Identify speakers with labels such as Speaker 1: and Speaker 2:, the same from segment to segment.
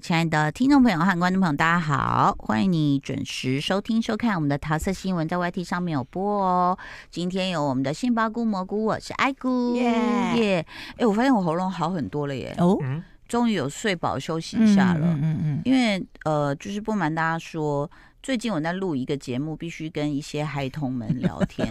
Speaker 1: 亲爱的听众朋友和观众朋友，大家好！欢迎你准时收听、收看我们的桃色新闻，在 YT 上面有播哦。今天有我们的杏鲍菇、蘑菇，我是爱菇，
Speaker 2: 耶
Speaker 1: 耶！哎，我发现我喉咙好很多了耶，
Speaker 2: 哦，
Speaker 3: 嗯，
Speaker 1: 终于有睡饱休息一下了。
Speaker 2: 嗯嗯
Speaker 1: 因为呃，就是不瞒大家说，最近我在录一个节目，必须跟一些孩童们聊 天。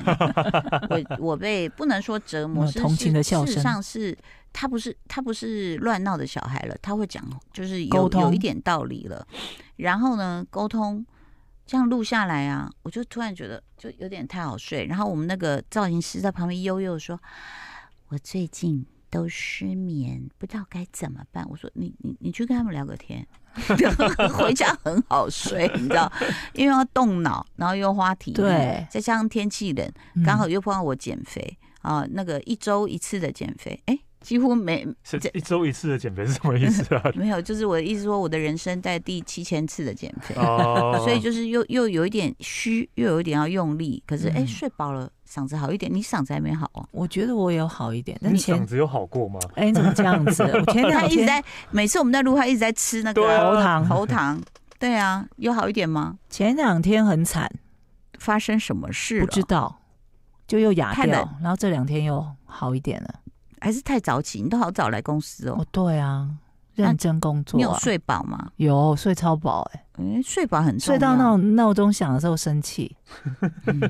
Speaker 1: 我我被不能说折磨，
Speaker 2: 有
Speaker 1: 是
Speaker 2: 同情的
Speaker 1: 是
Speaker 2: 笑
Speaker 1: 事实
Speaker 2: 声
Speaker 1: 上是他不是他不是乱闹的小孩了，他会讲，就是有
Speaker 2: 沟通
Speaker 1: 有一点道理了。然后呢，沟通这样录下来啊，我就突然觉得就有点太好睡。然后我们那个造型师在旁边悠悠说：“我最近都失眠，不知道该怎么办。”我说：“你你你去跟他们聊个天。” 回家很好睡，你知道，因为要动脑，然后又要花体力，
Speaker 2: 对
Speaker 1: 再加上天气冷，
Speaker 2: 嗯，
Speaker 1: 刚好又碰到我减肥啊、那个一周一次的减肥，哎、几乎没
Speaker 3: 是
Speaker 1: 这？
Speaker 3: 一周一次的减肥是什么意思啊
Speaker 1: 没有，就是我的意思说，我的人生在第七千次的减肥，
Speaker 3: 哦，
Speaker 1: 所以就是又又有一点虚，又有一点要用力，可是哎、
Speaker 2: 嗯
Speaker 1: 睡饱了嗓子好一点，你嗓子还没好哦。
Speaker 2: 我觉得我有好一点，但
Speaker 3: 你
Speaker 2: 前
Speaker 3: 嗓子有好过吗？
Speaker 2: 哎你怎么这样 子？我 前
Speaker 1: 他
Speaker 2: 两
Speaker 1: 一直
Speaker 2: 天
Speaker 1: 在每次我们在录，他一直在吃那个
Speaker 3: 对啊
Speaker 2: 喉糖，
Speaker 1: 喉糖，对啊，有好一点吗？
Speaker 2: 前两天很惨，
Speaker 1: 发生什么事哦
Speaker 2: 不
Speaker 1: 了？
Speaker 2: 知道就又哑
Speaker 1: 太
Speaker 2: 掉
Speaker 1: 冷，
Speaker 2: 然后这两天又好一点了。
Speaker 1: 还是太早起？你都好早来公司哦
Speaker 2: 哦。，对啊，
Speaker 1: 那
Speaker 2: 认真工作
Speaker 1: 你有
Speaker 2: 啊，
Speaker 1: 睡饱吗？
Speaker 2: 有睡超饱哎，
Speaker 1: 哎，睡饱很重
Speaker 2: 睡
Speaker 1: 要。
Speaker 2: 到闹闹钟响的时候生气，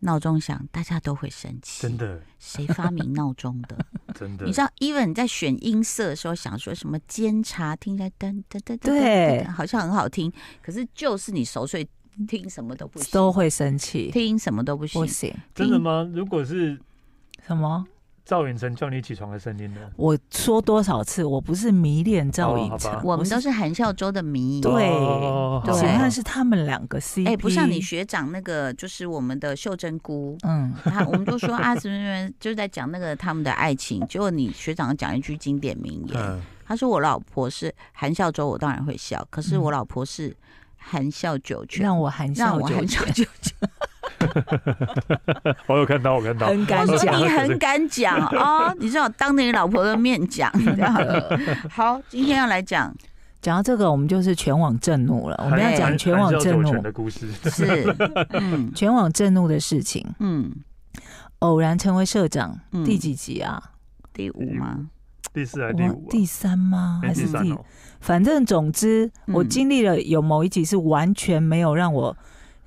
Speaker 1: 闹钟响，大家都会生气。
Speaker 3: 真，的，
Speaker 1: 谁发明闹钟 的？
Speaker 3: 真的，
Speaker 1: 你知道，even 你在选音色的时候，想说什么监察，听起来噔噔噔噔，
Speaker 2: 对
Speaker 1: 噔噔好像很好听，可是就是你熟睡，听什么都不行，
Speaker 2: 都会生气，
Speaker 1: 听什么都不行
Speaker 2: 不。行
Speaker 3: 真的吗？如果是
Speaker 2: 什么？
Speaker 3: 赵远成叫你起床的声音呢？
Speaker 2: 我说多少次，我不是迷恋赵
Speaker 3: 哦
Speaker 2: 寅
Speaker 3: 好吧
Speaker 2: 成，
Speaker 1: 我们都
Speaker 2: 啊是
Speaker 1: 是韩孝周的迷。
Speaker 2: 对
Speaker 3: 哦
Speaker 1: 对
Speaker 2: 喜欢
Speaker 3: 好
Speaker 2: 是他们两个 CP，
Speaker 1: 哎，不像你学长那个，就是我们的秀珍菇，
Speaker 2: 嗯，
Speaker 1: 他我们就说啊什么什么，就是在讲那个他们的爱情。结果你学长讲一句经典名言，
Speaker 3: 嗯，
Speaker 1: 他说我老婆是韩孝周，我当然会笑，可是我老婆是含笑九泉，
Speaker 2: 嗯让我含
Speaker 1: 让
Speaker 2: 笑
Speaker 1: 我
Speaker 2: 久
Speaker 1: 含笑
Speaker 2: 久。
Speaker 1: 九 泉。
Speaker 3: 我有看到，我看到，
Speaker 2: 很敢
Speaker 1: 我说
Speaker 2: 讲
Speaker 1: 你很敢讲 哦，你至少当着你老婆的面讲。这样好，今天要来讲
Speaker 2: 讲到这个，我们就是全网震怒了。我们要
Speaker 1: 对
Speaker 2: 讲全网哦
Speaker 3: 韩少
Speaker 2: 震
Speaker 3: 九
Speaker 2: 怒，
Speaker 3: 泉的故事，
Speaker 1: 是，嗯
Speaker 2: 全网震怒的事情。
Speaker 1: 嗯，
Speaker 2: 偶然成为社长，
Speaker 1: 嗯
Speaker 2: 第几集啊？
Speaker 1: 第五
Speaker 2: 嗯
Speaker 1: 吗？
Speaker 3: 第四
Speaker 2: 我
Speaker 3: 还是第五啊？
Speaker 2: 第三吗？
Speaker 3: 哎
Speaker 2: 还是
Speaker 3: 第三
Speaker 2: 第？
Speaker 3: 哦？
Speaker 2: 反正总之，
Speaker 1: 嗯
Speaker 2: 我经历了有某一集是完全没有让我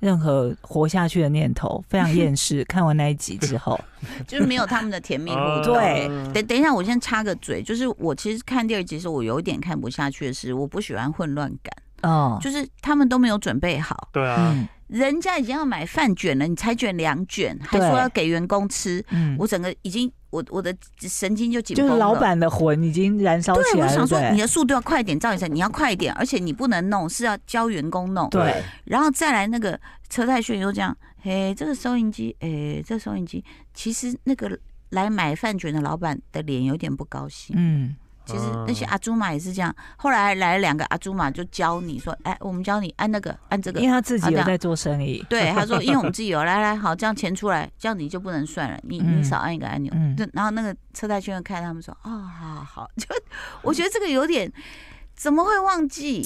Speaker 2: 任何活下去的念头，非常厌世。看完那一集之 后，
Speaker 1: 就是没有他们的甜蜜互
Speaker 3: 啊
Speaker 1: 动。
Speaker 2: 对
Speaker 1: 等等一下，我先插个嘴，就是我其实看第二集的时候，我有一点看不下去的是，我不喜欢混乱感，
Speaker 2: 哦，
Speaker 1: 就是他们都没有准备好，
Speaker 3: 对啊，
Speaker 2: 嗯
Speaker 1: 人家已经要买饭卷了，你才卷两卷，还
Speaker 2: 对
Speaker 1: 说要给员工吃，
Speaker 2: 嗯，
Speaker 1: 我整个已经我我的神经就紧绷
Speaker 2: 就是
Speaker 1: 了。
Speaker 2: 老板的魂已经燃烧起
Speaker 1: 对，我
Speaker 2: 来
Speaker 1: 想
Speaker 2: 了，
Speaker 1: 说你
Speaker 2: 对
Speaker 1: 的速度要快一点，赵医生，你要快一点，而且你不能弄，是要教员工弄。
Speaker 2: 对，
Speaker 1: 然后再来那个车太炫又这样，哎，这个收银机，哎，这个收银机，其实那个来买饭卷的老板的脸有点不高兴。
Speaker 2: 嗯，
Speaker 1: 其实那些阿朱玛也是这样，后来还来了两个阿朱玛就教你说，哎，我们教你按那个，按这
Speaker 2: 因
Speaker 1: 个
Speaker 2: 为。他自己
Speaker 1: 好这
Speaker 2: 有
Speaker 1: 样
Speaker 2: 在做生意，
Speaker 1: 对，他说，因为我们自己有，来来，好，这样钱出来，这样你就不能算了，你你
Speaker 2: 嗯
Speaker 1: 少按一个按钮。
Speaker 2: 嗯
Speaker 1: 对，然后那个车贷圈看他们说，哦，好好好，就我觉得这个有点，怎么会忘记？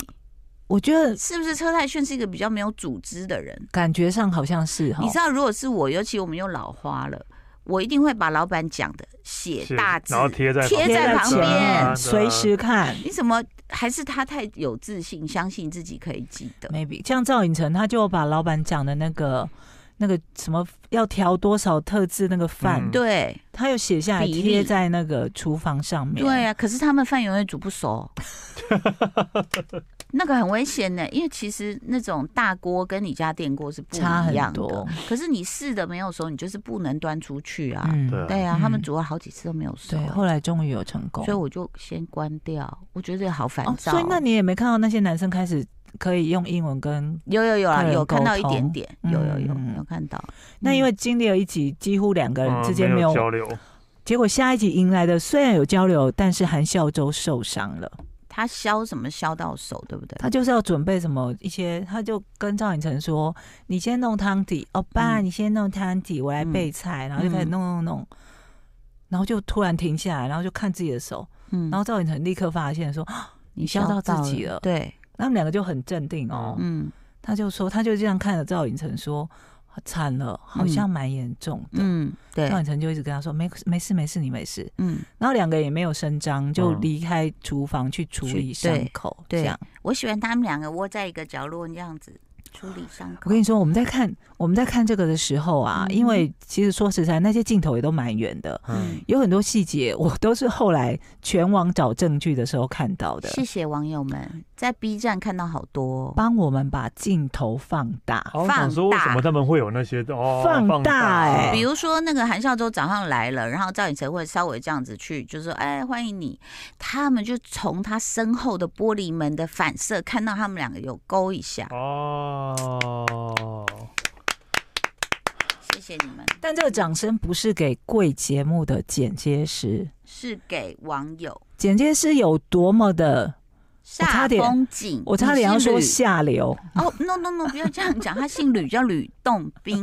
Speaker 2: 我觉得
Speaker 1: 是不是车太炫是一个比较没有组织的人？
Speaker 2: 感觉上好像是哈
Speaker 1: 你，知道，如果是我，尤其我们又老花了，我一定会把老板讲的写
Speaker 3: 是
Speaker 1: 大字
Speaker 3: 然后，贴在
Speaker 1: 贴在旁边
Speaker 3: 啊
Speaker 2: 随时看。
Speaker 1: 你怎么还是他太有自信，相信自己可以记得？
Speaker 2: maybe 像赵寅成，他就把老板讲的那个那个什么要调多少特制那个饭，
Speaker 3: 嗯
Speaker 1: 对
Speaker 2: 他有写下来
Speaker 1: 比例
Speaker 2: 贴在那个厨房上面。
Speaker 1: 对啊，可是他们饭永远煮不 熟，那个很危险呢。因为其实那种大锅跟你家电锅是不
Speaker 2: 差
Speaker 1: 一样
Speaker 2: 很
Speaker 1: 的
Speaker 2: 多，。
Speaker 1: 可是你试的没有熟，你就是不能端出去啊。
Speaker 2: 嗯，
Speaker 3: 对啊
Speaker 1: 对啊，他们
Speaker 2: 嗯
Speaker 1: 煮了好几次都没有熟
Speaker 2: 对，，后来终于有成功。
Speaker 1: 所以我就先关掉。我觉得好烦
Speaker 2: 哦，
Speaker 1: 躁。
Speaker 2: 所以那你也没看到那些男生开始可以用英文跟
Speaker 1: 有有有啊，
Speaker 2: 客人
Speaker 1: 有看到
Speaker 2: 沟
Speaker 1: 一
Speaker 2: 通
Speaker 1: 点点，有有有
Speaker 2: 嗯
Speaker 1: 有看到。
Speaker 2: 那，因为经历了一集，几乎两个人
Speaker 3: 嗯
Speaker 2: 之间
Speaker 3: 没
Speaker 2: 没有，
Speaker 3: 交流，
Speaker 2: 结果下一集迎来的虽然有交流，但是韩孝周受伤了。
Speaker 1: 他削什么削到手，对不对？
Speaker 2: 他就是要准备什么一些，他就跟赵寅成说：“你先弄汤底，哦爸，
Speaker 1: 嗯
Speaker 2: 你先弄汤底，我来备菜。然后就开始弄弄弄，然后就突然停下来，然后就看自己的手，
Speaker 1: 嗯
Speaker 2: 然后赵寅成立刻发现说：“啊
Speaker 1: 你
Speaker 2: 笑到自己了
Speaker 1: 对，
Speaker 2: 他们两个就很镇定哦，
Speaker 1: 嗯
Speaker 2: 他就说，他就这样看着赵寅成说，惨了，好像蛮严重的。
Speaker 1: 嗯，对
Speaker 2: 赵，寅成就一直跟他说，没没事没事，你没事。
Speaker 1: 嗯，
Speaker 2: 然后两个也没有声张，就
Speaker 3: 嗯
Speaker 2: 离开厨房去处
Speaker 1: 哦去
Speaker 2: 理伤口。
Speaker 1: 对
Speaker 2: 这样，
Speaker 1: 我喜欢他们两个窝在一个角落那样子处理伤口。
Speaker 2: 我跟你说，我们在看我们在看这个的时候啊，
Speaker 1: 嗯
Speaker 2: 因为其实说实在，那些镜头也都蛮远的，
Speaker 3: 嗯，
Speaker 2: 有很多细节我都是后来全网找证据的时候看到的。
Speaker 1: 谢谢网友们，在 B 站看到好多哦、
Speaker 2: 帮我们把镜头放大，
Speaker 3: 哦好我想说为什么他们会有那些哦
Speaker 2: 放大哎
Speaker 1: 比如说那个韩孝周早上来了，然后赵寅成会稍微这样子去，就说：“哎，欢迎你。”他们就从他身后的玻璃门的反射看到他们两个有勾一下。
Speaker 3: 哦，
Speaker 1: 谢谢你们，
Speaker 2: 但这个掌声不是给贵节目的剪接师，
Speaker 1: 是给网友
Speaker 2: 剪接师有多么的，我差
Speaker 1: 煞
Speaker 2: 点
Speaker 1: 风景。
Speaker 2: 我差点要说
Speaker 1: 你是
Speaker 2: 下流。
Speaker 1: 吕哦，no no no，不要这样讲，他姓吕，叫吕洞 宾，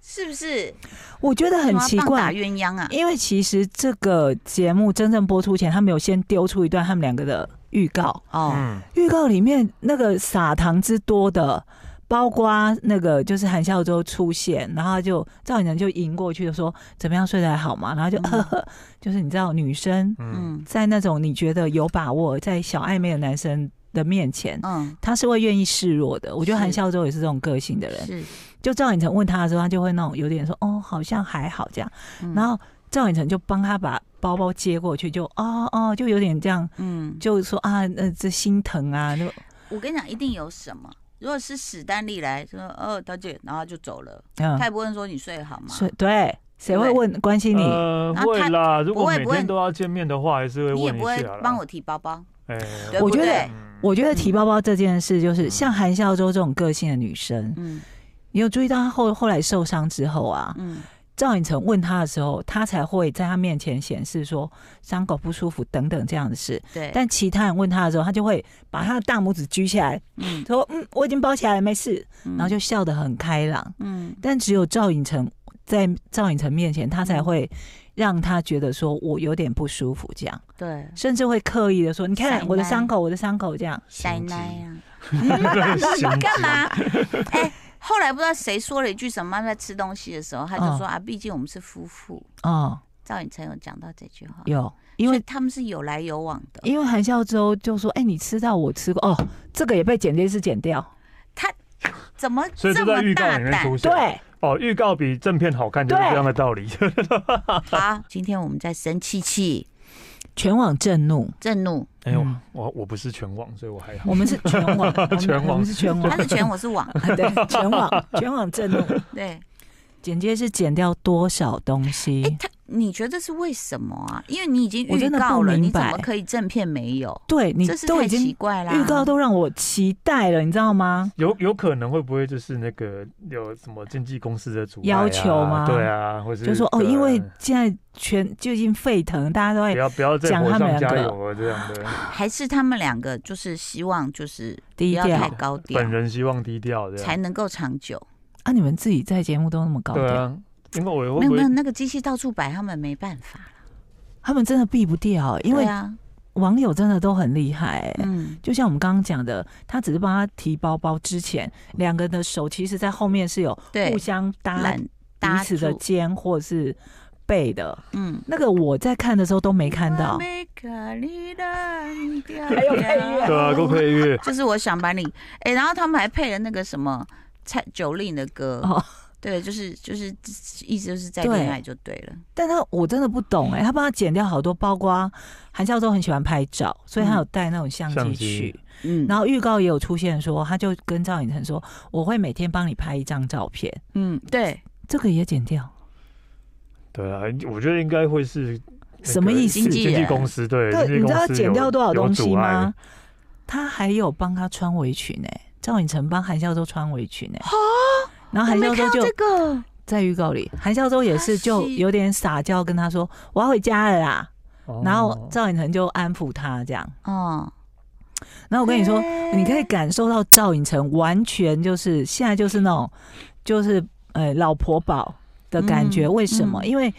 Speaker 1: 是不是？
Speaker 2: 我觉得很奇
Speaker 1: 什么棒打
Speaker 2: 怪，
Speaker 1: 鸳鸯啊，
Speaker 2: 因为其实这个节目真正播出前，他们有先丢出一段他们两个的预告，
Speaker 1: 哦，
Speaker 3: 嗯，
Speaker 2: 预告里面那个撒糖之多的。包括那个就是韩孝周出现，然后他就赵寅成就迎过去就说怎么样睡得还好嘛，然后就、
Speaker 1: 嗯
Speaker 2: 就是你知道女生
Speaker 3: 嗯
Speaker 1: 嗯
Speaker 2: 在那种你觉得有把握在小暧昧的男生的面前，
Speaker 1: 嗯，
Speaker 2: 他是会愿意示弱的。我觉得
Speaker 1: 是
Speaker 2: 韩孝周也是这种个性的人。
Speaker 1: 是，
Speaker 2: 就赵寅成问他的时候，他就会那种有点说哦，好像还好这样。
Speaker 1: 嗯
Speaker 2: 然后赵寅成就帮他把包包接过去，就哦哦，就有点这样，
Speaker 1: 嗯，
Speaker 2: 就说啊，呃，这心疼啊，就
Speaker 1: 我跟你讲，一定有什么。如果是史丹利来说，哦，小姐，然后就走了，
Speaker 2: 嗯
Speaker 1: 他，也不问说你睡好吗？
Speaker 2: 所以对，谁会问关心你？
Speaker 3: 呃，
Speaker 1: 然后
Speaker 3: 会
Speaker 1: 他
Speaker 3: 啦。如
Speaker 1: 不
Speaker 3: 果
Speaker 1: 会
Speaker 3: 每
Speaker 1: 不会
Speaker 3: 天都要见面的话，还是会
Speaker 1: 你也
Speaker 3: 问
Speaker 1: 不
Speaker 3: 一
Speaker 1: 会
Speaker 3: 下啦。
Speaker 1: 帮我提包包，
Speaker 3: 哎，
Speaker 1: 对不
Speaker 2: 我觉得
Speaker 1: 对？
Speaker 2: 我觉得提包包这件事，就是
Speaker 3: 嗯
Speaker 2: 像韩孝周这种个性的女生，
Speaker 1: 嗯
Speaker 2: 你有注意到她后后来受伤之后啊，
Speaker 1: 嗯，
Speaker 2: 赵寅成问他的时候，他才会在他面前显示说伤口不舒服等等这样的事。
Speaker 1: 对，
Speaker 2: 但其他人问他的时候，他就会把他的大拇指举起来，
Speaker 1: 嗯，
Speaker 2: 说：“嗯，我已经包起来了，没事。”
Speaker 1: 然
Speaker 2: 然后就笑得很开朗。
Speaker 1: 嗯
Speaker 2: 但只有赵寅成在赵寅成面前，他才会让他觉得说我有点不舒服，这样，
Speaker 1: 对，
Speaker 2: 甚至会刻意的说：“你
Speaker 1: 塞
Speaker 2: 看
Speaker 1: 奶
Speaker 2: 我的伤口，我的伤口。”这样，
Speaker 1: 奶
Speaker 3: 心机
Speaker 1: 奶呀，
Speaker 3: 心机
Speaker 1: 啊干嘛？哎，后来不知道谁说了一句什么，在吃东西的时候，他就
Speaker 2: 嗯
Speaker 1: 说啊，毕竟我们是夫妇。
Speaker 2: 哦，
Speaker 1: 赵寅成有讲到这句话，
Speaker 2: 有，因
Speaker 1: 所
Speaker 2: 为
Speaker 1: 以他们是有来有往的。
Speaker 2: 因为韩孝周就说：“哎，你吃到我吃过哦，这个也被剪接师剪掉。”
Speaker 1: 怎么
Speaker 3: 所以
Speaker 1: 这
Speaker 3: 就
Speaker 1: 么
Speaker 3: 在预告
Speaker 1: 大
Speaker 3: 里面
Speaker 1: 胆
Speaker 3: 出？现。，
Speaker 2: 对。
Speaker 3: 哦，预告比正片好看，就是
Speaker 2: 对
Speaker 3: 这样的道理。
Speaker 1: 好，今天我们在生气气、
Speaker 2: 全网震怒，
Speaker 1: 震怒，
Speaker 3: 哎呦
Speaker 2: 嗯，
Speaker 3: 我我不是全网，所以我还好。
Speaker 2: 我 们是全网，我们
Speaker 3: 全网
Speaker 2: 我们是全
Speaker 1: 他
Speaker 2: 网，
Speaker 1: 是全，我是网，
Speaker 2: 对，全网，全网震怒。
Speaker 1: 对。
Speaker 2: 剪接是剪掉多少东西？
Speaker 1: 哎、他你觉得是为什么啊？因为你已经
Speaker 2: 我
Speaker 1: 预
Speaker 2: 真的
Speaker 1: 告
Speaker 2: 不
Speaker 1: 了，
Speaker 2: 明
Speaker 1: 你怎么
Speaker 2: 白
Speaker 1: 可以正片没有？
Speaker 2: 对你
Speaker 1: 这是
Speaker 2: 都
Speaker 1: 太
Speaker 2: 已
Speaker 1: 奇
Speaker 2: 经
Speaker 1: 怪啊啦！
Speaker 2: 预告都让我期待了，你知道吗？
Speaker 3: 有有可能会不会就是那个有什么经纪公司的阻碍啊
Speaker 2: 要求吗
Speaker 3: 对啊，或是
Speaker 2: 就说哦，
Speaker 3: 对啊
Speaker 2: 因为现在全就已经沸腾，大家都
Speaker 3: 不
Speaker 2: 在
Speaker 3: 要不要再
Speaker 2: 讲
Speaker 3: 火
Speaker 2: 他们两
Speaker 3: 上加
Speaker 2: 个
Speaker 3: 油啊，这 样的。
Speaker 1: 还是他们两个就是希望就是不
Speaker 2: 低
Speaker 1: 要太
Speaker 2: 调
Speaker 1: 高调
Speaker 3: 本，人啊希望低调这
Speaker 1: 才
Speaker 3: 样。
Speaker 1: 能够长久。
Speaker 2: 啊！你们自己在节目都那么高
Speaker 3: 对
Speaker 2: 调，
Speaker 3: 啊，因为我
Speaker 1: 没
Speaker 3: 会
Speaker 1: 有
Speaker 3: 不
Speaker 1: 没
Speaker 3: 会
Speaker 1: 有，那个机器到处摆，他们没办法。
Speaker 2: 他们真的避不掉，因为
Speaker 1: 对啊，
Speaker 2: 网友真的都很厉害、欸
Speaker 1: 嗯，
Speaker 2: 就像我们刚刚讲的，他只是帮他提包包之前，两个人的手其实，在后面是有
Speaker 1: 对
Speaker 2: 互，相搭
Speaker 1: 懒
Speaker 2: 彼
Speaker 1: 搭
Speaker 2: 此的
Speaker 1: 住
Speaker 2: 肩或是背的。
Speaker 1: 嗯。
Speaker 2: 那个我在看的时候都没看
Speaker 1: 啊
Speaker 2: 到，
Speaker 1: 还
Speaker 2: 有配 乐
Speaker 3: 对啊，够配乐。
Speaker 1: 就是我想把你哎、然后他们还配了那个什么蔡九令的歌，
Speaker 2: 哦
Speaker 1: 对，就是就是意思就是在
Speaker 2: 对
Speaker 1: 恋爱就对了，
Speaker 2: 但他我真的不懂哎、他帮他剪掉好多，包括韩孝周很喜欢拍照，所以他有带那种相
Speaker 3: 相
Speaker 2: 机
Speaker 3: 机
Speaker 2: 去。
Speaker 1: 嗯
Speaker 2: 然后预告也有出现说，他就跟赵寅成说，我会每天帮你拍一张照片，
Speaker 1: 嗯，对，
Speaker 2: 这个也剪掉，
Speaker 3: 对啊，我觉得应该会是那个
Speaker 2: 什么意思？
Speaker 1: 经纪
Speaker 3: 经纪
Speaker 1: 人
Speaker 3: 公司对，
Speaker 2: 对，
Speaker 3: 经纪
Speaker 2: 你知
Speaker 3: 公
Speaker 2: 道他
Speaker 3: 司
Speaker 2: 剪
Speaker 3: 有
Speaker 2: 掉多少东西？
Speaker 3: 有阻
Speaker 2: 吗
Speaker 3: 碍？
Speaker 2: 他还有帮他穿围裙哎、赵寅成帮韩孝周穿围裙哎、然后
Speaker 1: 我
Speaker 2: 韩
Speaker 1: 没
Speaker 2: 孝
Speaker 1: 看到
Speaker 2: 周就
Speaker 1: 这个，
Speaker 2: 在预告里，韩孝周也是
Speaker 1: 他
Speaker 2: 就是有点撒娇跟他说我要回家了啦，
Speaker 3: 哦
Speaker 2: 然后赵寅成就安抚他这样，
Speaker 1: 哦，
Speaker 2: 然后我跟你说，
Speaker 1: 嘿
Speaker 2: 你可以感受到赵寅成完全就是现在就是那种就是呃老婆宝的感觉，
Speaker 1: 嗯
Speaker 2: 为什么？
Speaker 1: 嗯
Speaker 2: 因为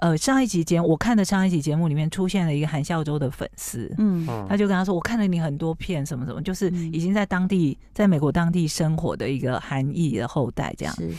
Speaker 2: 呃上一集节我看的上一集节目里面出现了一个韩孝周的粉丝，
Speaker 1: 嗯
Speaker 3: 嗯
Speaker 2: 他就跟他说：“我看了你很多片，什么什么，就是
Speaker 1: 嗯
Speaker 2: 已经在当地，在美国当地生活的一个韩裔的后代这样。
Speaker 1: 是，”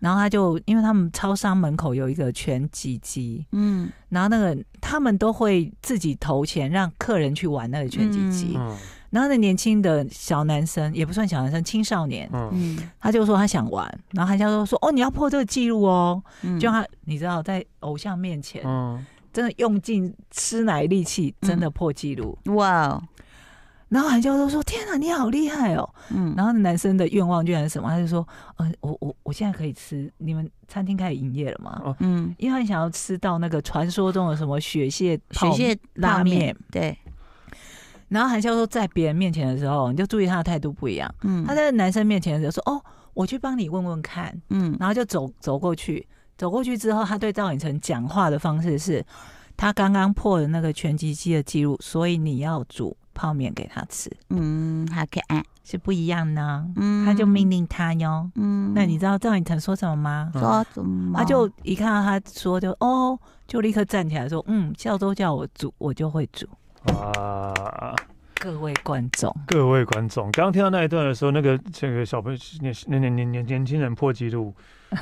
Speaker 2: 然后他就因为他们超商门口有一个拳击机，
Speaker 1: 嗯，
Speaker 2: 然后那个他们都会自己投钱让客人去玩那个拳击机。
Speaker 3: 嗯
Speaker 2: 然后那年轻的小男生也不算小男生，青少年，
Speaker 3: 嗯
Speaker 1: 嗯
Speaker 2: 他就说他想玩，然后韩教授说：“哦，你要破这个记录哦。”
Speaker 1: 嗯，
Speaker 2: 就他你知道在偶像面前，
Speaker 3: 嗯，
Speaker 2: 真的用尽吃奶力气，真的破纪录。
Speaker 1: 哇哦，
Speaker 2: 然后韩教授说：“天啊，你好厉害哦！”
Speaker 1: 嗯，
Speaker 2: 然后男生的愿望居然是什么？他就说：“呃，我我我现在可以吃，你们餐厅开始营业了吗？”
Speaker 3: 哦
Speaker 1: 嗯，
Speaker 2: 因为他很想要吃到那个传说中的什么雪蟹
Speaker 1: 雪
Speaker 2: 泡
Speaker 1: 蟹
Speaker 2: 拉
Speaker 1: 拉面，
Speaker 2: 面。
Speaker 1: 对，
Speaker 2: 然后韩教授在别人面前的时候，你就注意他的态度不一样。
Speaker 1: 嗯，
Speaker 2: 他在男生面前的时候说：“哦，我去帮你问问看。”
Speaker 1: 嗯
Speaker 2: 然后就走走过去，走过去之后，他对赵寅成讲话的方式是：他刚刚破了那个拳击机的记录，所以你要煮泡面给他吃，
Speaker 1: 嗯，好可爱，
Speaker 2: 是不一样呢。
Speaker 1: 嗯，
Speaker 2: 他就命，令他哟。
Speaker 1: 嗯，
Speaker 2: 那你知道赵寅成说什么吗？
Speaker 3: 嗯
Speaker 1: 说什么？
Speaker 2: 他 就一看到他说就哦，就立刻站起来说：“嗯，孝周叫我煮，我就会煮。
Speaker 3: 啊，”
Speaker 2: 各位观众，
Speaker 3: 各位观众，刚刚听到那一段的时候，那个这个小朋友年年年年年年轻人破 纪录，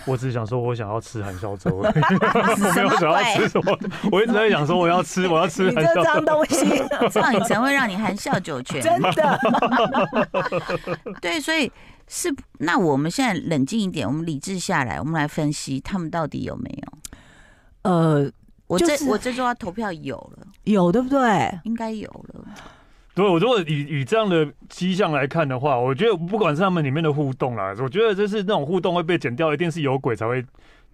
Speaker 3: 我只是想说，我想要吃韩烧粥，而已我没有想要吃什么，我一直在想说我要吃，我要吃
Speaker 2: 你
Speaker 3: 韩
Speaker 2: 这
Speaker 3: 烧
Speaker 2: 脏
Speaker 3: 粥。
Speaker 2: 东西，啊
Speaker 1: 赵寅成会让你含笑九泉，
Speaker 2: 真的。
Speaker 1: 对，所以是那我们现在冷静一点，我们理智下来，我们来分析他们到底有没有。
Speaker 2: 呃，
Speaker 1: 我
Speaker 2: 就
Speaker 1: 这、
Speaker 2: 是
Speaker 1: 我这周要投票有了，
Speaker 2: 有对不对？
Speaker 1: 应该有了。
Speaker 3: 对，我如果以以这样的迹象来看的话，我觉得不管是他们里面的互动啦，我觉得就是那种互动会被剪掉，一定是有鬼才会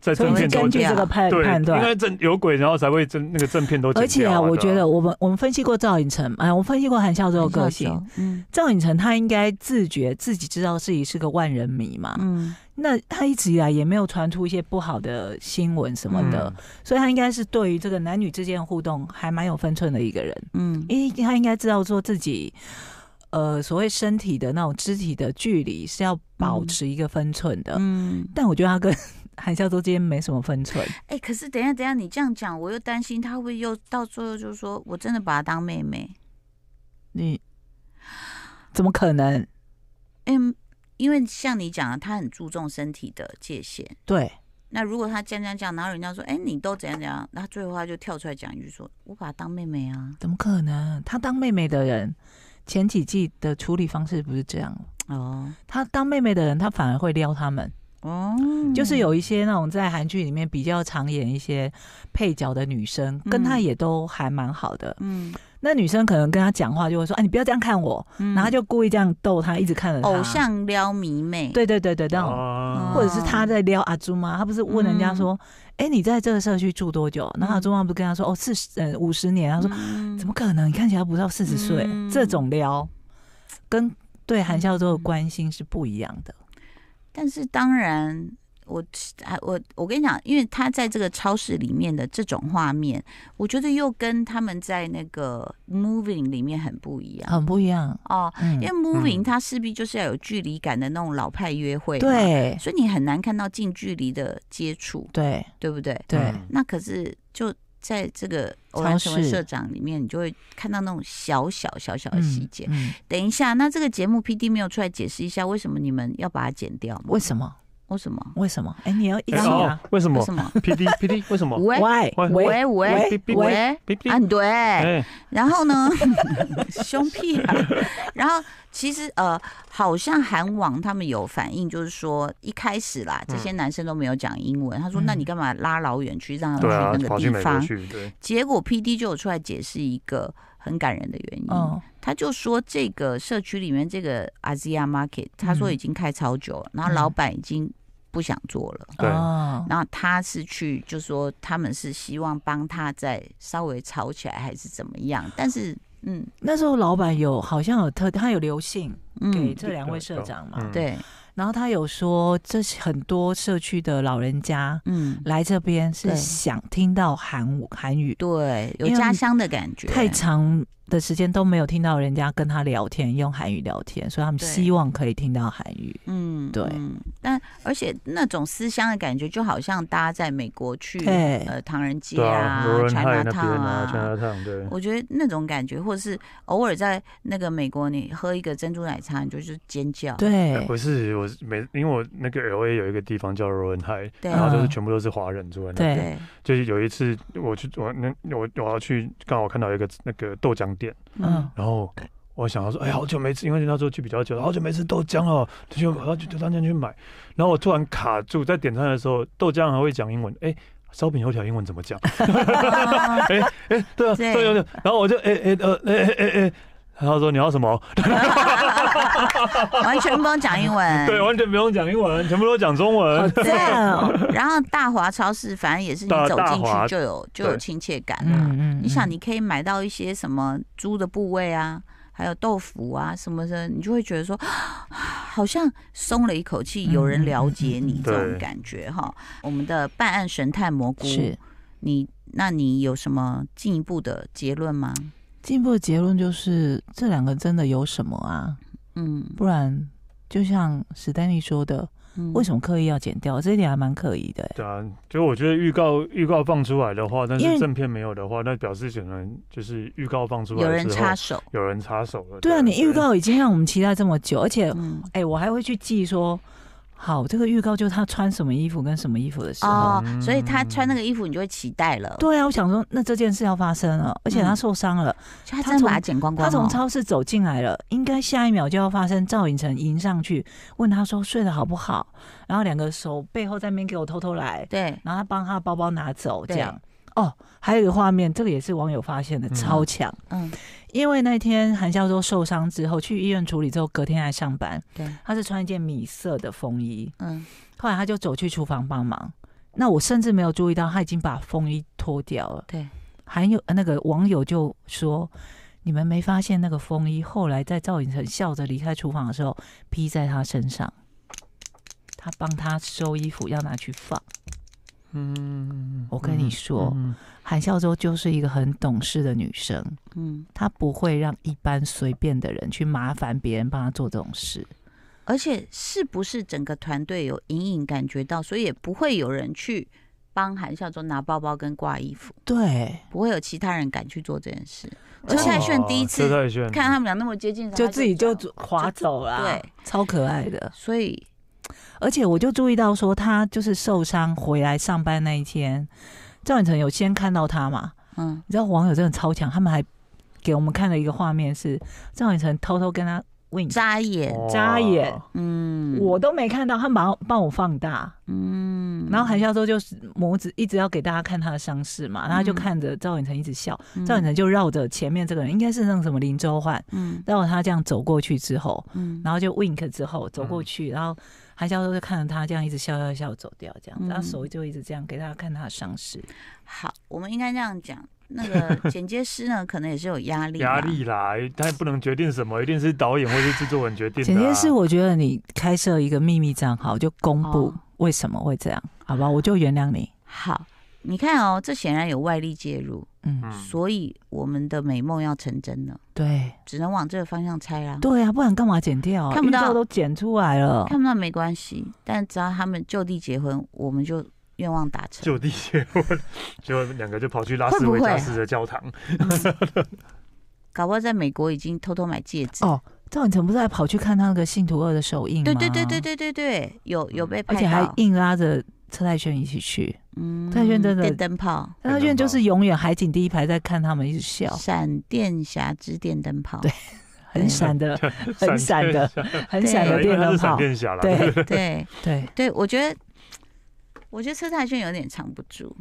Speaker 3: 在
Speaker 2: 所
Speaker 3: 正
Speaker 2: 以
Speaker 3: 片
Speaker 1: 中
Speaker 3: 都
Speaker 2: 根据
Speaker 1: 间
Speaker 2: 这个判
Speaker 3: 对，
Speaker 2: 判
Speaker 3: 应
Speaker 2: 断，
Speaker 3: 该正有鬼，然后才会正那个正片都剪掉、
Speaker 2: 而且啊，我
Speaker 3: 对
Speaker 2: 觉得我们我们分析过赵寅成，哎，我们分析过韩孝周的个性。，
Speaker 1: 嗯
Speaker 2: 赵寅成他应该自觉自己知道自己是个万人迷嘛，
Speaker 1: 嗯
Speaker 2: 那他一直以来也没有传出一些不好的新闻什么
Speaker 3: 嗯
Speaker 2: 的，所以他应该是对于这个男女之间的互动还蛮有分寸的一个人，
Speaker 1: 嗯
Speaker 2: 因为他应该知道说自己。呃，所谓身体的那种肢体的距离是要保持一个分寸的，
Speaker 1: 嗯，
Speaker 2: 但我觉得他跟韩孝周之间没什么分寸。
Speaker 1: 哎、可是等一下等一下，你这样讲，我又担心他会不会又到最后就说我真的把她当妹妹。
Speaker 2: 你怎么可能？
Speaker 1: 嗯，因为像你讲的，他很注重身体的界限。
Speaker 2: 对，
Speaker 1: 那如果他这样这样讲，然后人家说，哎、你都怎样怎样，那最后他就跳出来讲一句说，我把她当妹妹啊。
Speaker 2: 怎么可能？她当妹妹的人，前几季的处理方式不是这样。
Speaker 1: 哦
Speaker 2: 她当妹妹的人，她反而会撩他们，
Speaker 1: 哦，
Speaker 2: 就是有一些那种在韩剧里面比较常演一些配角的女生，跟她
Speaker 1: 嗯
Speaker 2: 也都还蛮好的。
Speaker 1: 嗯，
Speaker 2: 那女生可能跟她讲话就会说：“啊，你不要这样看我。
Speaker 1: 嗯
Speaker 2: 然后她就故意这样逗她，一直看着她
Speaker 1: 偶。像撩迷妹，
Speaker 2: 对对对对，那种
Speaker 3: 啊
Speaker 2: 或者是他在撩阿朱妈，他不是问人
Speaker 1: 嗯
Speaker 2: 家说：“哎、你在这个社区住多久？”然后阿朱妈不是跟他说：“哦，四十呃五十年。”他说：“
Speaker 1: 嗯
Speaker 2: 怎么可能？你看起来不到四十岁。
Speaker 1: 嗯
Speaker 2: 这种撩跟对韩孝周的关心是不一样的。
Speaker 1: 但是当然，我啊我我跟你讲，因为他在这个超市里面的这种画面，我觉得又跟他们在那个 moving 里面很不一样
Speaker 2: 很不一样。
Speaker 1: 哦，
Speaker 2: 嗯
Speaker 1: 因为，moving
Speaker 3: 嗯
Speaker 1: 它势必就是要有距离感的那种老派约会，，
Speaker 2: 对
Speaker 1: 所以你很难看到近距离的接触，
Speaker 2: 对
Speaker 1: 对不对？
Speaker 2: 对，
Speaker 3: 嗯
Speaker 1: 那可是就。在这个偶然成为
Speaker 2: 超市
Speaker 1: 社长里面，你就会看到那种小小小小的
Speaker 2: 嗯
Speaker 1: 细节。
Speaker 2: 嗯
Speaker 1: 等一下，那这个节目 P D 没有出来解释一下，为什么你们要把它剪掉吗？
Speaker 2: 为什么？
Speaker 1: 为什么？
Speaker 2: 为什么？哎、你要一起
Speaker 3: 哎哦
Speaker 2: 啊？
Speaker 3: 为什
Speaker 1: 为
Speaker 3: 么
Speaker 1: 什么？
Speaker 3: ？P D P D 为 什么
Speaker 1: 喂
Speaker 2: 喂
Speaker 1: 喂
Speaker 3: 喂
Speaker 1: 喂
Speaker 2: 喂
Speaker 3: 喂
Speaker 1: 喂，
Speaker 3: ？P D
Speaker 1: 啊 对，
Speaker 3: 哎，
Speaker 1: 然后呢， 胸屁啊，然后其实呃，好像韩网他们有反映，就是说一开始啦，这些男生都没有讲英文，他说
Speaker 2: 嗯
Speaker 1: 那你干嘛拉老远去让他
Speaker 3: 对啊
Speaker 1: 嗯们去，那
Speaker 3: 跑
Speaker 1: 个
Speaker 3: 去
Speaker 1: 地
Speaker 3: 美国
Speaker 1: 方？
Speaker 3: 去，对，
Speaker 1: 结果 P D 就有出来解释一个很感人的原因，
Speaker 2: 嗯
Speaker 1: 他就说这个社区里面这个 Asia Market，他
Speaker 2: 嗯
Speaker 1: 说已经开超久了，然后老板已经不想做了。
Speaker 3: 对
Speaker 2: 哦
Speaker 1: 然后他是去，就说他们是希望帮他再稍微吵起来，还是怎么样？但是，嗯
Speaker 2: 那时候老板有好像有特，他有留信给
Speaker 1: 嗯，
Speaker 2: 这两位社长嘛，
Speaker 3: 嗯
Speaker 1: 对，
Speaker 2: 然后他有说，这是很多社区的老人家
Speaker 1: 嗯，
Speaker 2: 来这边是
Speaker 1: 对
Speaker 2: 想听到韩语韩语，
Speaker 1: 对，有
Speaker 2: 因为
Speaker 1: 家乡的感觉，
Speaker 2: 太常的时间都没有听到人家跟他聊天，用韩语聊天，所以他们
Speaker 1: 对
Speaker 2: 希望可以听到韩语。
Speaker 1: 嗯，
Speaker 2: 对
Speaker 1: 嗯但而且那种思乡的感觉，就好像大家在美国去
Speaker 2: 对
Speaker 1: 呃唐人街
Speaker 3: 对啊，罗伦泰
Speaker 1: China
Speaker 3: 那边
Speaker 1: Town
Speaker 3: 啊，China Town 对，
Speaker 1: 我觉得那种感觉，或者是偶尔在那个美国，你喝一个珍珠奶茶，你就是尖叫。
Speaker 2: 对
Speaker 3: 我是我是每因为我那个 L A 有一个地方叫罗伦泰，
Speaker 1: 对
Speaker 3: 然后就是
Speaker 2: 嗯
Speaker 3: 全部都是华人住在那。
Speaker 2: 对
Speaker 1: 对，
Speaker 3: 就是有一次我去我那我我要去，刚好看到一个那个豆浆店，
Speaker 2: 嗯
Speaker 1: 嗯，
Speaker 3: 然后我想要说，哎，好久没吃，因为那时候去比较久，好久没吃豆浆了，就去我要去豆浆店去买。然后我突然卡住，在点餐的时候，豆浆还会讲英文，哎。烧饼油条英文怎么讲？
Speaker 2: 嗯
Speaker 1: 啊
Speaker 3: 哎哎，对啊，
Speaker 1: 对
Speaker 3: 对对对。然后我就哎哎呃哎哎哎哎，然后说你要什么？
Speaker 1: 完全不用讲英文。
Speaker 3: 对，完全不用讲英文，全部都讲中文。
Speaker 2: 好赞哦！
Speaker 1: 然后大华超市，反正也是你
Speaker 3: 大
Speaker 1: 走
Speaker 3: 大
Speaker 1: 进去
Speaker 3: 华
Speaker 1: 就有就有亲切感啦。
Speaker 2: 嗯嗯，
Speaker 1: 你想，
Speaker 2: 嗯
Speaker 1: 你可以买到一些什么猪的部位啊，还有豆腐啊什么的，你就会觉得说，啊好像松了一口气，
Speaker 2: 嗯
Speaker 1: 有人了解
Speaker 2: 嗯嗯
Speaker 1: 你
Speaker 2: 嗯
Speaker 1: 这种
Speaker 3: 对
Speaker 1: 感觉哈。我们的办案神探蘑菇，
Speaker 2: 是
Speaker 1: 你那你有什么进一步的结论吗？
Speaker 2: 进一步的结论就是这两个真的有什么啊？
Speaker 1: 嗯，嗯
Speaker 2: 不然就像史丹利说的，为什么刻意要剪掉？这一点还蛮可疑的、欸。
Speaker 3: 对啊，就我觉得预告预告放出来的话，但
Speaker 2: 因为
Speaker 3: 是正片没有的话，那表示可能就是预告放出来
Speaker 1: 有人
Speaker 3: 之后
Speaker 1: 插手？
Speaker 3: 有人插手了。
Speaker 2: 对啊，你预告已经让我们期待这么久，而且，
Speaker 1: 嗯，
Speaker 2: 哎、我还会去记说，好，这个预告就是他穿什么衣服跟什么衣服的时候。
Speaker 1: 哦，
Speaker 3: 嗯
Speaker 1: 所以他穿那个衣服，你就会期待了。，
Speaker 2: 对啊，我想说，那这件事要发生了，而且他受伤了，
Speaker 1: 他
Speaker 2: 他
Speaker 1: 真的把
Speaker 2: 从
Speaker 1: 它剪光光、
Speaker 2: 他
Speaker 1: 哦。
Speaker 2: 从超市走进来了，应该下一秒就要发生。赵寅成迎上去问他说睡得好不好，然后两个手背后在那边给我偷偷来，
Speaker 1: 对，
Speaker 2: 然后他帮他包包拿走，这
Speaker 1: 对
Speaker 2: 样。哦，还有一个画面，这个也是网友发现的，
Speaker 3: 嗯
Speaker 2: 超强。
Speaker 1: 嗯，
Speaker 2: 因为那天韩孝周受伤之后去医院处理之后，隔天还上班，
Speaker 1: 对，
Speaker 2: 他是穿一件米色的风衣，
Speaker 1: 嗯，
Speaker 2: 后来他就走去厨房帮忙。那我甚至没有注意到他已经把风衣脱掉了。
Speaker 1: 对，
Speaker 2: 还有呃那个网友就说：“你们没发现那个风衣后来在赵寅成笑着离开厨房的时候披在他身上，他帮他收衣服要拿去放。
Speaker 3: 嗯，
Speaker 2: 我跟你说，
Speaker 3: 嗯
Speaker 2: 韩孝周就是一个很懂事的女生，
Speaker 1: 嗯，
Speaker 2: 她不会让一般随便的人去麻烦别人帮她做这种事。
Speaker 1: 而且是不是整个团队有隐隐感觉到，所以也不会有人去帮韩孝周拿包包跟挂衣服，
Speaker 2: 对，
Speaker 1: 不会有其他人敢去做这件事。
Speaker 2: 就
Speaker 1: 就
Speaker 2: 蔡
Speaker 1: 蔡炫第一
Speaker 3: 哦
Speaker 1: 次
Speaker 3: 车太炫
Speaker 1: 看他们俩那么接近，
Speaker 2: 就
Speaker 1: 他
Speaker 2: 自己就
Speaker 1: 讲
Speaker 2: 划走啦，
Speaker 1: 对，
Speaker 2: 超可爱的。
Speaker 1: 所以
Speaker 2: 而且我就注意到说，她就是受伤回来上班那一天，赵寅成有先看到她嘛，
Speaker 1: 嗯，
Speaker 2: 你知道网友真的超强，他们还给我们看了一个画面是赵寅成偷偷跟他 wink，
Speaker 1: 扎眼，
Speaker 3: 哦
Speaker 2: 扎眼，
Speaker 1: 嗯，
Speaker 2: 我都没看到，他马上帮我放大。
Speaker 1: 嗯，
Speaker 2: 然后韩孝周就是拇指一直要给大家看他的伤势嘛，然后他就
Speaker 1: 嗯
Speaker 2: 看着赵寅成一直笑，
Speaker 1: 嗯
Speaker 2: 赵寅成就绕着前面这个人，应该是那个什么林周焕，
Speaker 1: 嗯
Speaker 2: 绕着他这样走过去之后，
Speaker 1: 嗯，
Speaker 2: 然后就 wink 之后走过去，然后韩孝周就看着他这样一直笑笑笑走掉，这样子，
Speaker 1: 嗯
Speaker 2: 他手就一直这样给大家看他的伤势。
Speaker 1: 好，我们应该这样讲。那 个剪接师呢，可能也是有压力，
Speaker 3: 压。力啦，他也不能决定什么，一定是导演或是制作人决定的、
Speaker 2: 简介
Speaker 3: 啊。
Speaker 2: 是我觉得你开设一个秘密账号就公布
Speaker 1: 哦
Speaker 2: 为什么会这样，好吧，我就原谅你。
Speaker 1: 好，你看哦，这显然有外力介入，
Speaker 2: 嗯，
Speaker 3: 嗯，
Speaker 1: 所以我们的美梦要成真了，
Speaker 2: 对
Speaker 1: 只能往这个方向猜啦。
Speaker 2: 对啊，不然干嘛剪掉啊？
Speaker 1: 看不到
Speaker 2: 预告都剪出来了。
Speaker 1: 看不到没关系，但只要他们就地结婚，我们就愿望达成。
Speaker 3: 就地结婚，结果两个就跑去拉斯
Speaker 1: 会不
Speaker 3: 维
Speaker 1: 会
Speaker 3: 加斯的教堂。
Speaker 1: 搞不好在美国已经偷偷买戒指。
Speaker 2: 哦赵寅成不是还跑去看他那个《信徒二》的首映吗？嗯
Speaker 1: 对对对对，对对对，有有被拍
Speaker 2: 而
Speaker 1: 到，
Speaker 2: 且还硬拉着车太炫一起去。
Speaker 1: 嗯
Speaker 2: 戴轩真的
Speaker 1: 电灯泡，
Speaker 2: 车太炫就是永远海景第一排在看他们一直笑，
Speaker 1: 闪电侠之电灯泡，
Speaker 2: 对很闪 的、很闪的、很
Speaker 1: 对
Speaker 2: 闪的
Speaker 3: 对，因
Speaker 2: 电
Speaker 3: 为他
Speaker 2: 灯
Speaker 3: 是闪
Speaker 2: 泡。
Speaker 3: 电侠啦。
Speaker 2: 对
Speaker 1: 对
Speaker 2: 对，
Speaker 1: 对，我觉得我觉得车太炫有点藏不住，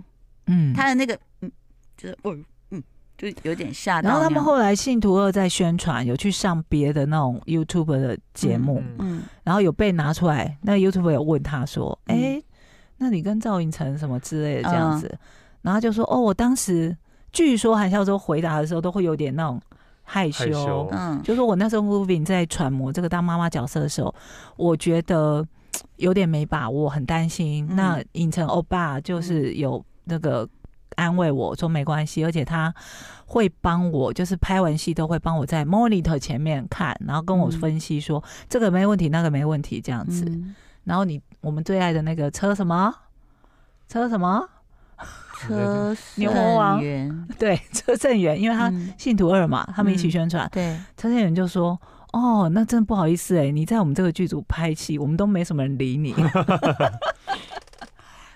Speaker 2: 嗯。
Speaker 1: 他的那个嗯，就是哦嗯，就有点吓到那
Speaker 2: 然
Speaker 1: 样。
Speaker 2: 后他们后来信徒二在宣传，有去上别的那种 YouTube 的节目，
Speaker 3: 嗯
Speaker 1: 嗯
Speaker 2: 然后有被拿出来，那 YouTube 有问他说：“哎、
Speaker 1: 嗯
Speaker 2: 那你跟赵寅成什么之类的这样子？”
Speaker 3: 嗯
Speaker 2: 然后他就说：“哦，我当时据说韩孝周回答的时候都会有点那种害羞，
Speaker 3: 害羞
Speaker 1: 嗯
Speaker 2: 就说我那时候 moving 在揣摩这个当妈妈角色的时候，我觉得嘖有点没把握，很担心。
Speaker 1: 嗯
Speaker 2: 哦那尹成欧巴就是有那个。”安慰我说没关系，而且他会帮我，就是拍完戏都会帮我在 monitor 前面看，然后跟我
Speaker 1: 嗯
Speaker 2: 分析说、这个没问题，那个没问题这样子。
Speaker 1: 嗯
Speaker 2: 然后你我们最爱的那个车什么车什么，
Speaker 1: 车
Speaker 2: 牛魔王
Speaker 1: 胜元，
Speaker 2: 对 车正元，因为他
Speaker 1: 嗯
Speaker 2: 信徒二嘛，他们一起
Speaker 1: 嗯
Speaker 2: 宣传，
Speaker 1: 对，
Speaker 2: 车正元就说。哦，那真的不好意思哎、你在我们这个剧组拍戏，我们都没什么人理你。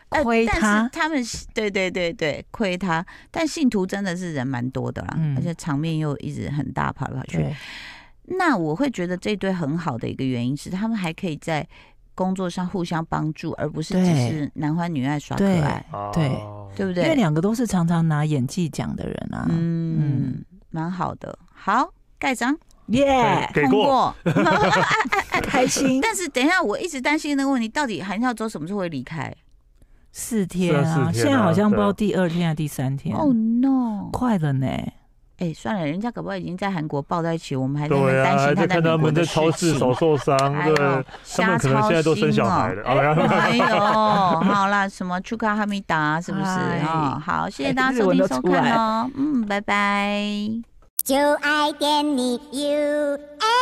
Speaker 1: 呃
Speaker 2: 亏
Speaker 1: 但是
Speaker 2: 他
Speaker 1: 他们是对对对对，亏他。但信徒真的是人蛮多的啦，
Speaker 2: 嗯
Speaker 1: 而且场面又一直很大，跑来跑去。
Speaker 2: 对，
Speaker 1: 那我会觉得这对很好的一个原因是，他们还可以在工作上互相帮助，而不是只
Speaker 2: 对
Speaker 1: 是男欢女爱耍可
Speaker 2: 对
Speaker 1: 爱，
Speaker 3: 哦
Speaker 2: 对
Speaker 1: 对不
Speaker 2: 因为
Speaker 1: 对？
Speaker 2: 两个都是常常拿演技奖的人啊。
Speaker 1: 嗯，蛮好的。好，盖章
Speaker 2: 耶，
Speaker 3: 给
Speaker 1: 通
Speaker 3: 过，
Speaker 1: 过。
Speaker 2: 开心
Speaker 1: 但是等一下，我一直担心那个问题，到底韩孝周什么时候会离 开
Speaker 2: 四天
Speaker 3: 是啊
Speaker 2: 啊，
Speaker 3: 四天啊
Speaker 2: 现在好像不知道
Speaker 3: 对
Speaker 2: 第二天还是第三天，
Speaker 1: ？Oh no！
Speaker 2: 快了呢。
Speaker 1: 哎、算了，人家搞不好已经在韩国抱在一起，我们还在那
Speaker 3: 对
Speaker 1: 边担
Speaker 3: 啊，
Speaker 1: 心在
Speaker 3: 在看
Speaker 1: 美
Speaker 3: 他
Speaker 1: 国
Speaker 3: 们
Speaker 1: 的
Speaker 3: 在
Speaker 1: 事
Speaker 3: 超市
Speaker 1: 情。
Speaker 3: 手受伤，
Speaker 1: 哎
Speaker 3: 对
Speaker 1: 呦，
Speaker 3: 他们可能现在都生小孩了，啊，没有
Speaker 1: 哎 呦，好啦，什么chu 卡哈密达是不是
Speaker 2: 哎
Speaker 1: 啊、哦？好，谢谢
Speaker 2: 哎
Speaker 1: 大家
Speaker 2: 日
Speaker 1: 收
Speaker 2: 文
Speaker 1: 听
Speaker 2: 都
Speaker 1: 收
Speaker 2: 出来
Speaker 1: 看哦，嗯，拜拜。
Speaker 4: 就爱点你 UFO。